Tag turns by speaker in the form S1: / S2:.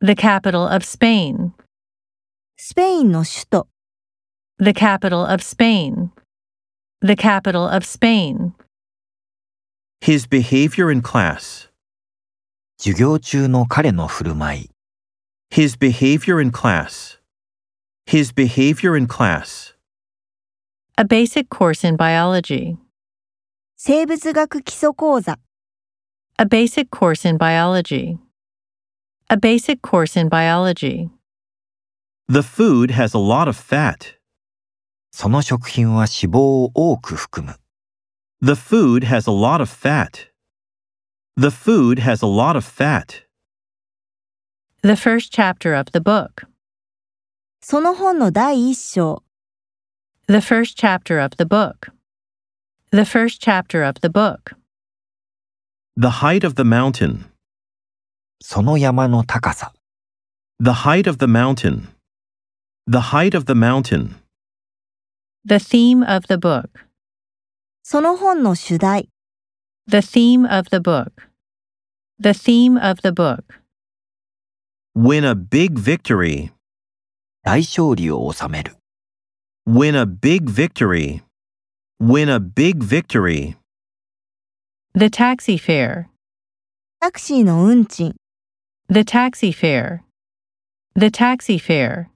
S1: The capital of Spain.
S2: スペインの首都、
S1: The capital of Spain. The capital of Spain.
S3: His behavior in class.
S4: 授業中の彼の振る舞い、
S3: His behavior in class. His behavior in class.
S1: A basic course in biology.
S2: 生物学基礎講座、
S1: A basic course in biology. A basic course in biology.
S3: The food has a lot of fat.
S4: その食品は脂肪を多く含む。
S3: The food has a lot of fat. The food has a lot of fat.
S1: The first chapter of the book.
S2: その本の第一章、
S1: The first chapter of the book. The first chapter of the book.
S3: The height of the mountain.
S4: その山の高さ、
S3: The height of the mountain. The height of the mountain.
S1: The theme of the book.
S2: その本の主題、
S1: The theme of the book. The theme of the book.
S3: Win a big victory.
S4: 大勝利を収める。
S3: Win a big victory. Win a big victory.
S1: The taxi fare.
S2: タクシーの運賃。
S1: The taxi fare. The taxi fare.